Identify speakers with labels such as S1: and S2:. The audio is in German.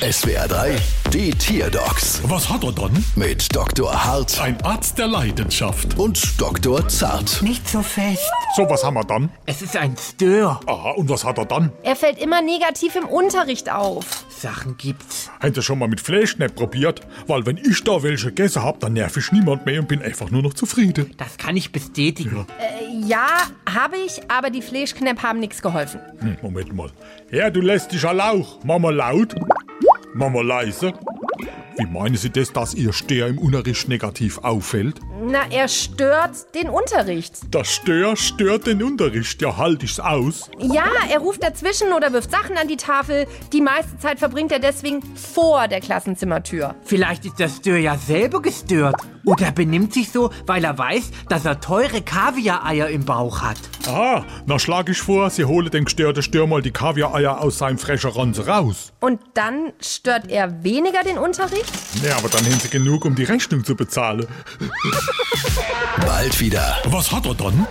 S1: SWR 3, die Tierdocs
S2: Was hat er dann?
S1: mit Dr. Hart
S2: Ein Arzt der Leidenschaft.
S1: und Dr. Zart.
S3: Nicht so fest.
S2: So, was haben wir dann?
S3: Es ist ein Stör.
S2: Aha, und was hat er dann?
S4: Er fällt immer negativ im Unterricht auf.
S3: Sachen gibt's.
S2: Haben Sie schon mal mit Fleischknepp probiert? Weil wenn ich da welche gegessen hab, dann nerv ich niemand mehr und bin einfach nur noch zufrieden.
S3: Das kann ich bestätigen.
S4: Ja, habe ich, aber die Fleischknepp haben nichts geholfen.
S2: Hm, Moment mal. Ja, du lässt dich ein Lauch. Mama laut, Mama leise. Wie meinen Sie das, dass Ihr Steher im Unterricht negativ auffällt?
S4: Na, er stört den Unterricht.
S2: Das Stör stört den Unterricht, ja halt ich's aus.
S4: Ja, er ruft dazwischen oder wirft Sachen an die Tafel. Die meiste Zeit verbringt er deswegen vor der Klassenzimmertür.
S3: Vielleicht ist der Stör ja selber gestört. Oder benimmt sich so, weil er weiß, dass er teure Kaviareier im Bauch hat.
S2: Ah, na schlag ich vor, Sie hole den gestörten Stör mal die Kaviareier aus seinem frechen Ranz raus.
S4: Und dann stört er weniger den Unterricht?
S2: Ja, aber dann haben Sie genug, um die Rechnung zu bezahlen.
S1: Bald wieder.
S2: Was hat er dann?